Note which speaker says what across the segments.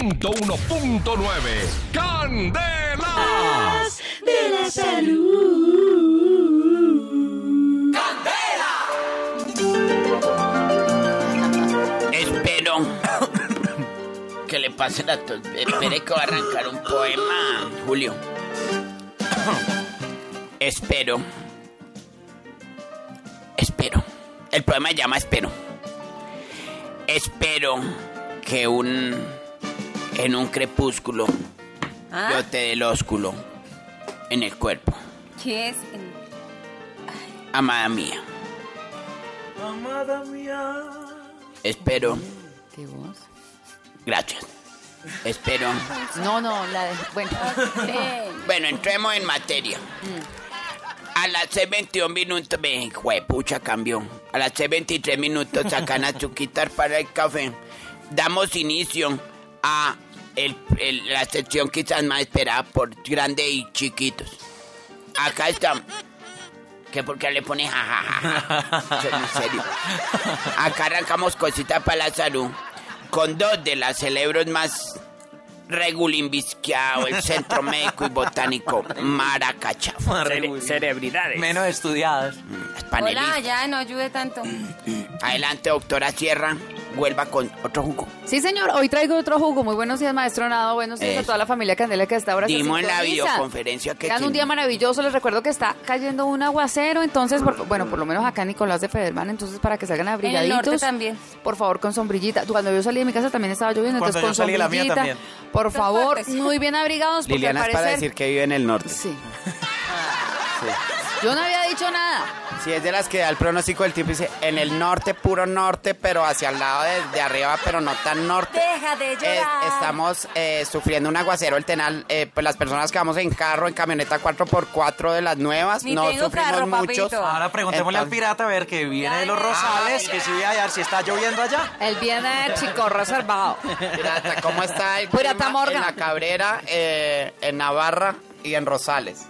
Speaker 1: 101.9 Candela.
Speaker 2: de la salud.
Speaker 3: Espero que le pase la tos. Espere que va a arrancar un poema, Julio. Espero. Espero. El poema se llama Espero. Espero que un. En un crepúsculo.
Speaker 4: Ah.
Speaker 3: Yo te dé el ósculo. En el cuerpo.
Speaker 4: ¿Qué es?
Speaker 3: Amada mía.
Speaker 5: Amada mía.
Speaker 3: Espero.
Speaker 4: ¿Qué voz?
Speaker 3: Gracias. Espero.
Speaker 4: No, no, la de. Bueno.
Speaker 3: Bueno, entremos en materia. A las 6.21 minutos, me pucha cambió. A las 6.23 minutos sacan a su quitar para el café. Damos inicio a el- el- la sección quizás más esperada por grandes y chiquitos. Acá estamos. ¿Qué por qué le pones jajaja? en serio. Acá arrancamos cositas para la salud. Con dos de las celebros más regulimbisqueado, el Centro Médico y Botánico Maracachafo.
Speaker 5: Cere-
Speaker 6: celebridades.
Speaker 5: Menos estudiadas.
Speaker 3: Las
Speaker 4: Hola,
Speaker 3: panelistas.
Speaker 4: ya no ayude tanto.
Speaker 3: Adelante, doctora Sierra. Vuelva con otro jugo.
Speaker 7: Sí, señor, hoy traigo otro jugo. Muy buenos días, maestro Nado. Buenos días a
Speaker 3: Eso.
Speaker 7: toda la familia Candela que hasta ahora se
Speaker 3: Dimos en la
Speaker 7: sintoniza.
Speaker 3: videoconferencia que
Speaker 7: Tengan
Speaker 3: tenemos.
Speaker 7: un día maravilloso. Les recuerdo que está cayendo un aguacero. Entonces,
Speaker 3: Ah.
Speaker 7: por- bueno, por lo menos acá en Nicolás de Federman. Entonces, para que salgan abrigaditos.
Speaker 4: norte también.
Speaker 7: Por favor, con sombrillita. Cuando yo salí de mi casa también estaba lloviendo.
Speaker 5: Cuando
Speaker 7: entonces,
Speaker 5: yo
Speaker 7: con
Speaker 5: salí de la mía
Speaker 7: sombrillita.
Speaker 5: también.
Speaker 7: Por favor,
Speaker 4: partes.
Speaker 7: muy bien abrigados. Porque
Speaker 3: Liliana
Speaker 7: al
Speaker 3: es para
Speaker 7: parecer.
Speaker 3: decir que vive en el norte.
Speaker 7: Sí. Yo no había dicho nada.
Speaker 3: Si es de las que da el pronóstico del tiempo, dice en el norte, puro norte, pero hacia el lado de, de arriba, pero no tan norte.
Speaker 4: Deja de llorar.
Speaker 3: Eh, estamos eh, sufriendo un aguacero el tenal. eh, pues las personas que vamos en carro, en camioneta 4x4 de las nuevas,
Speaker 4: Ni
Speaker 3: no
Speaker 4: tengo
Speaker 3: sufrimos
Speaker 4: carro,
Speaker 3: muchos.
Speaker 4: papito.
Speaker 5: Ahora preguntémosle al
Speaker 3: Entonces-
Speaker 5: pirata a ver que viene de los Rosales, que si voy a hallar si está lloviendo allá.
Speaker 7: El viernes, chico, reservado.
Speaker 3: Pirata, ¿cómo está el
Speaker 7: Pirata
Speaker 3: clima
Speaker 7: Morgan.
Speaker 3: en la Cabrera, eh, en Navarra y en Rosales?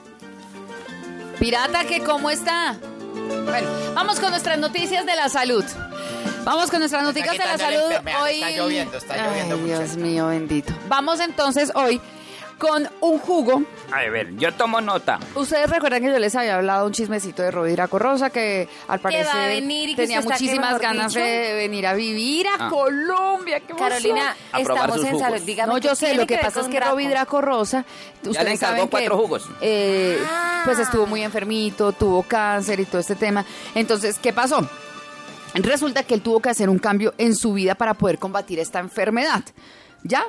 Speaker 7: Pirata, que cómo está. Bueno, vamos con nuestras noticias de la salud. Vamos con nuestras noticias de la
Speaker 3: quitando el
Speaker 7: salud
Speaker 3: enfermedad,
Speaker 7: hoy.
Speaker 3: está lloviendo, está
Speaker 7: Ay,
Speaker 3: lloviendo mucho.
Speaker 7: Dios mío, bendito. Vamos entonces hoy con un jugo.
Speaker 6: A ver, yo tomo nota.
Speaker 7: Ustedes recuerdan que yo les había hablado un chismecito de Rovira Corrosa que al
Speaker 4: Que va a
Speaker 7: parecer
Speaker 4: venir y que
Speaker 7: tenía
Speaker 4: usted está que,
Speaker 7: muchísimas
Speaker 4: mejor
Speaker 7: ganas
Speaker 4: dicho.
Speaker 7: de venir a vivir a
Speaker 6: Ah.
Speaker 7: Colombia. ¡Qué emoción!
Speaker 4: Carolina,
Speaker 6: A probar
Speaker 4: estamos
Speaker 6: sus
Speaker 4: en
Speaker 6: jugos.
Speaker 4: salud. Dígame.
Speaker 7: no, yo
Speaker 4: ¿qué
Speaker 7: sé,
Speaker 4: tiene
Speaker 7: lo que
Speaker 4: ver
Speaker 7: pasa es
Speaker 4: con
Speaker 7: que
Speaker 4: Draco?
Speaker 7: Roby Draco Rosa, ustedes
Speaker 6: le encargó
Speaker 7: saben que,
Speaker 6: cuatro jugos.
Speaker 7: eh,
Speaker 4: Ah.
Speaker 7: Pues estuvo muy enfermito, tuvo cáncer y todo este tema. Entonces, ¿qué pasó? Resulta que él tuvo que hacer un cambio en su vida para poder combatir esta enfermedad. ¿Ya?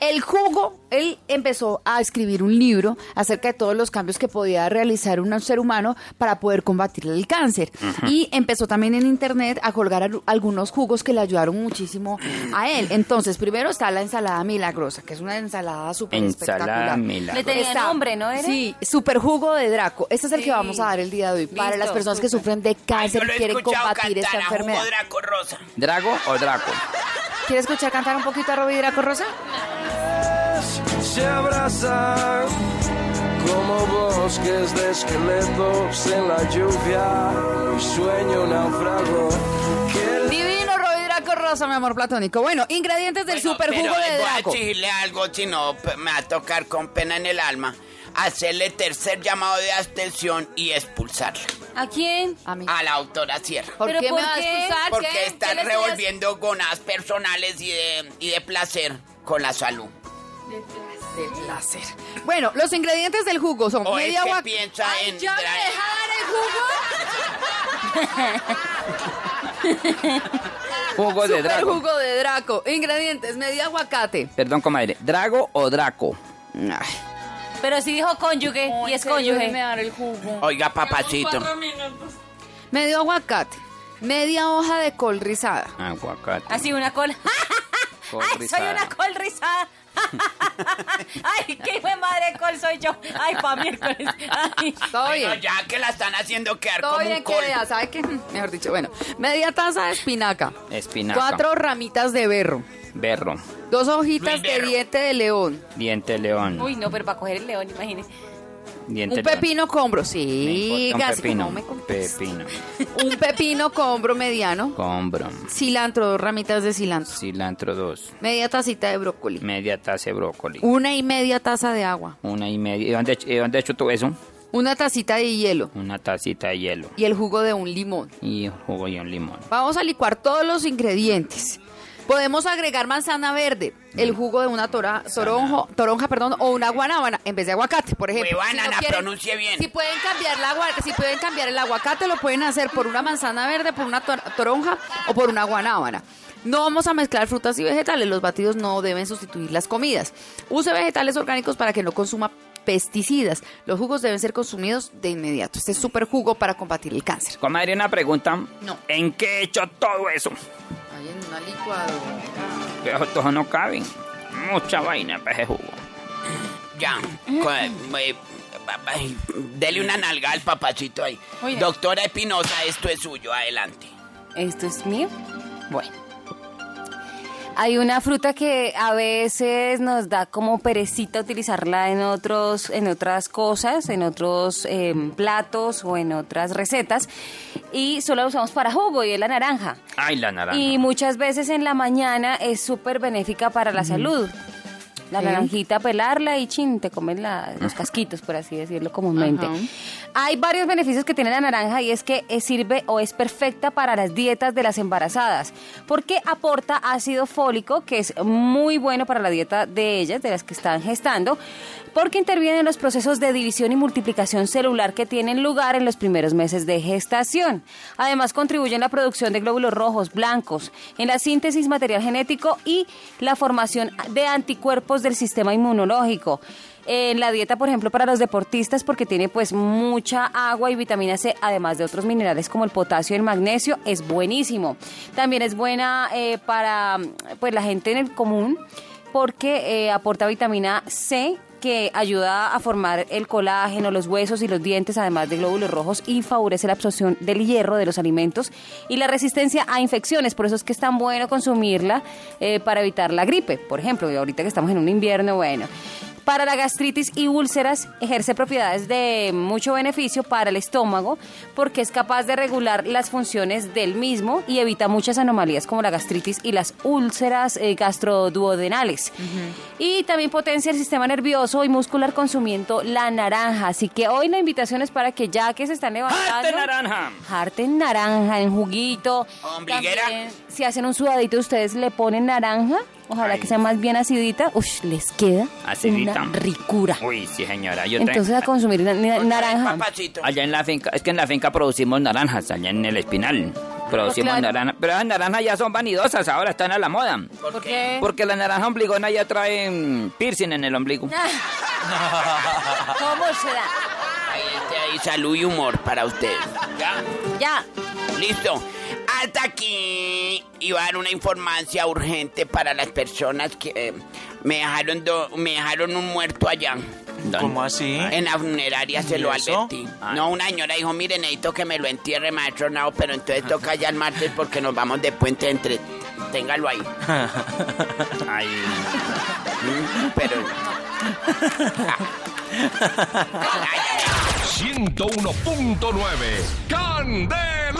Speaker 7: El jugo, él empezó a escribir un libro acerca de todos los cambios que podía realizar un ser humano para poder combatir el cáncer. Y empezó también en internet a colgar al- algunos jugos que le ayudaron muchísimo a él. Entonces, primero está la ensalada milagrosa, que es una ensalada súper
Speaker 6: Ensalada
Speaker 7: espectacular.
Speaker 4: Le
Speaker 6: milagrosa.
Speaker 4: tenía
Speaker 7: Está-
Speaker 4: nombre, ¿no era?
Speaker 7: Sí, super jugo de Draco. Este es el que
Speaker 4: Sí.
Speaker 7: vamos a dar el día de hoy. Para
Speaker 4: Listo,
Speaker 7: las personas que
Speaker 4: súper.
Speaker 7: sufren de cáncer
Speaker 3: Yo lo
Speaker 7: y
Speaker 3: he
Speaker 7: quieren
Speaker 3: escuchado
Speaker 7: combatir esta
Speaker 3: cantar a Hugo
Speaker 7: enfermedad.
Speaker 3: Draco Rosa.
Speaker 6: ¿Drago o Draco?
Speaker 7: ¿Quieres escuchar cantar un poquito a Robbie Draco Rosa?
Speaker 8: se abrazan como bosques de esqueletos en la lluvia. Mi sueño naufrago que el
Speaker 7: Divino Robbie Draco Rosa, mi amor platónico. Bueno, ingredientes del
Speaker 3: Bueno,
Speaker 7: super
Speaker 3: pero
Speaker 7: jugo de
Speaker 3: voy
Speaker 7: Draco.
Speaker 3: a decirle algo, si no pues, me va a tocar con pena en el alma. Hacerle tercer llamado de abstención y expulsarla.
Speaker 4: ¿A quién?
Speaker 7: A mí.
Speaker 3: A la autora Sierra.
Speaker 7: ¿Por
Speaker 4: ¿Pero
Speaker 7: qué
Speaker 4: por
Speaker 7: me vas
Speaker 4: qué?
Speaker 7: a excusar?
Speaker 3: Porque
Speaker 7: ¿Qué?
Speaker 3: está
Speaker 7: ¿Qué le estoy
Speaker 3: revolviendo gonas personales y de, y de placer con la salud.
Speaker 7: haciendo? Láser. Bueno, los ingredientes del jugo son
Speaker 3: O Oh,
Speaker 7: media
Speaker 3: es que
Speaker 7: aguacate.
Speaker 3: piensa
Speaker 7: Ay,
Speaker 3: en
Speaker 7: ya me
Speaker 3: Dra-
Speaker 7: deja dar el jugo.
Speaker 6: Jugo de
Speaker 7: Super
Speaker 6: Drago.
Speaker 7: jugo de Draco. Ingredientes, media aguacate.
Speaker 6: Perdón, comadre. ¿Drago o Draco?
Speaker 4: Pero sí dijo
Speaker 7: Eh,
Speaker 4: cónyuge
Speaker 7: Oh,
Speaker 4: y es cónyuge.
Speaker 7: dar el jugo.
Speaker 3: Oiga, papacito.
Speaker 7: Medio aguacate. Media hoja de col rizada.
Speaker 6: Aguacate.
Speaker 4: Así una cola.
Speaker 6: Col
Speaker 4: ¡Ay, soy
Speaker 6: rizada.
Speaker 4: una col rizada! ¡Ay, qué hijo de madre de col soy yo! ¡Ay, pa' miércoles! Ay.
Speaker 7: Todo
Speaker 3: Bueno,
Speaker 7: bien.
Speaker 3: ya que la están haciendo quedar
Speaker 7: Todo
Speaker 3: como un
Speaker 7: bien que
Speaker 3: col.
Speaker 7: vea, ¿sabe qué? Mejor dicho, bueno, media taza de espinaca,
Speaker 6: Espinaca.
Speaker 7: cuatro ramitas de berro,
Speaker 6: Berro.
Speaker 7: dos hojitas
Speaker 3: Luis
Speaker 7: de
Speaker 3: Berro.
Speaker 7: diente de león,
Speaker 6: Diente león.
Speaker 4: Uy, no, pero para coger el león, imagínese.
Speaker 7: Un
Speaker 6: Diente de león.
Speaker 7: pepino con hombro,
Speaker 6: Me
Speaker 7: sí,
Speaker 6: importa un
Speaker 7: casi
Speaker 6: pepino.
Speaker 7: como me contesta.
Speaker 6: pepino.
Speaker 7: Un pepino con hombro mediano,
Speaker 6: Combro.
Speaker 7: cilantro, dos ramitas de cilantro,
Speaker 6: Cilantro 2.
Speaker 7: media tacita de brócoli,
Speaker 6: Media taza de brócoli.
Speaker 7: una y media taza de agua,
Speaker 6: Una y media. ¿Y dónde, he- eh, dónde he hecho todo eso?
Speaker 7: una tacita de hielo
Speaker 6: Una tacita de hielo.
Speaker 7: y el jugo de un limón.
Speaker 6: Y jugo y un limón.
Speaker 7: Vamos a licuar todos los ingredientes. Podemos agregar manzana verde, el jugo de una tora- toronjo- toronja perdón, o una guanábana en vez de aguacate, por ejemplo.
Speaker 3: Huevana, la pronuncie bien.
Speaker 7: Si pueden, cambiar la, gua- si pueden cambiar el aguacate, lo pueden hacer por una manzana verde, por una tor- toronja o por una guanábana. No vamos a mezclar frutas y vegetales. Los batidos no deben sustituir las comidas. Use vegetales orgánicos para que no consuma pesticidas. Los jugos deben ser consumidos de inmediato. Este es súper jugo para combatir el cáncer.
Speaker 6: Comadre, una pregunta.
Speaker 7: No.
Speaker 6: ¿En qué he hecho todo eso?
Speaker 7: Ahí en una licuadora.
Speaker 6: Pero todo no cabe. Mucha vaina para ese jugo.
Speaker 3: Ya. Co- eh, pa- pa- ay, Dele una nalga al papacito ahí.
Speaker 4: Muy bien.
Speaker 3: Doctora Espinosa, esto es suyo. Adelante.
Speaker 1: Esto es mío. Bueno. Hay una fruta que a veces nos da como perecita utilizarla en otros, en otras cosas, en otros em, platos o en otras recetas, y solo la usamos para jugo y es la naranja.
Speaker 6: Ay, la naranja.
Speaker 1: Y muchas veces en la mañana es súper benéfica para la salud. La
Speaker 7: Sí.
Speaker 1: naranjita, pelarla y chin, te comen la- los casquitos, por así decirlo comúnmente.
Speaker 7: Ajá.
Speaker 1: Hay varios beneficios que tiene la naranja y es que eh, sirve o es perfecta para las dietas de las embarazadas, porque aporta ácido fólico, que es muy bueno para la dieta de ellas, de las que están gestando, porque interviene en los procesos de división y multiplicación celular que tienen lugar en los primeros meses de gestación. Además, contribuye en la producción de glóbulos rojos, blancos, en la síntesis material genético y la formación de anticuerpos del sistema inmunológico en la dieta, por ejemplo, para los deportistas, porque tiene pues mucha agua y vitamina C, además de otros minerales como el potasio y el magnesio, es buenísimo. También es buena eh, para pues la gente en el común, porque eh, aporta vitamina C que ayuda a formar el colágeno, los huesos y los dientes, además de glóbulos rojos, y favorece la absorción del hierro de los alimentos y la resistencia a infecciones. Por eso es que es tan bueno consumirla eh, para evitar la gripe, por ejemplo, y ahorita que estamos en un invierno, bueno. Para la gastritis y úlceras ejerce propiedades de mucho beneficio para el estómago porque es capaz de regular las funciones del mismo y evita muchas anomalías como la gastritis y las úlceras eh, gastroduodenales. Y también potencia el sistema nervioso y muscular consumiendo la naranja. Así que hoy la invitación es para que ya que se están levantando...
Speaker 6: ¡Jarte naranja!
Speaker 1: Jarte en naranja, en juguito.
Speaker 3: Ombliguera.
Speaker 1: También, Si hacen un sudadito, ustedes le ponen naranja. Ojalá
Speaker 6: Ay.
Speaker 1: que sea más bien acidita. Ush, les queda
Speaker 6: Acidita.
Speaker 1: una ricura.
Speaker 6: Uy, sí, señora. Yo te-
Speaker 1: Entonces a consumir na- na- naranja.
Speaker 3: Papacito.
Speaker 6: Allá en la finca, es que en la finca producimos naranjas, allá en el espinal. Producimos
Speaker 1: claro.
Speaker 6: naranjas, pero las naranjas ya son vanidosas, ahora están a la moda.
Speaker 1: ¿Por qué?
Speaker 6: Porque la naranja ombligona ya traen piercing en el ombligo.
Speaker 1: Ah. ¿Cómo será?
Speaker 3: Ahí, está, ahí, salud y humor para ustedes. Ya.
Speaker 1: Ya.
Speaker 3: Listo. Hasta aquí iba a dar una informancia urgente para las personas que eh, me dejaron do- me dejaron un muerto allá.
Speaker 5: ¿Cómo así?
Speaker 3: En la funeraria se lo
Speaker 5: ¿Y eso?
Speaker 3: advertí. No, una señora dijo, mire, necesito que me lo entierre, maestro Nao, pero entonces toca ya el martes porque nos vamos de puente entre... Téngalo ahí.
Speaker 6: Ay,
Speaker 3: Mm, Pero...
Speaker 9: 101.9 Candela.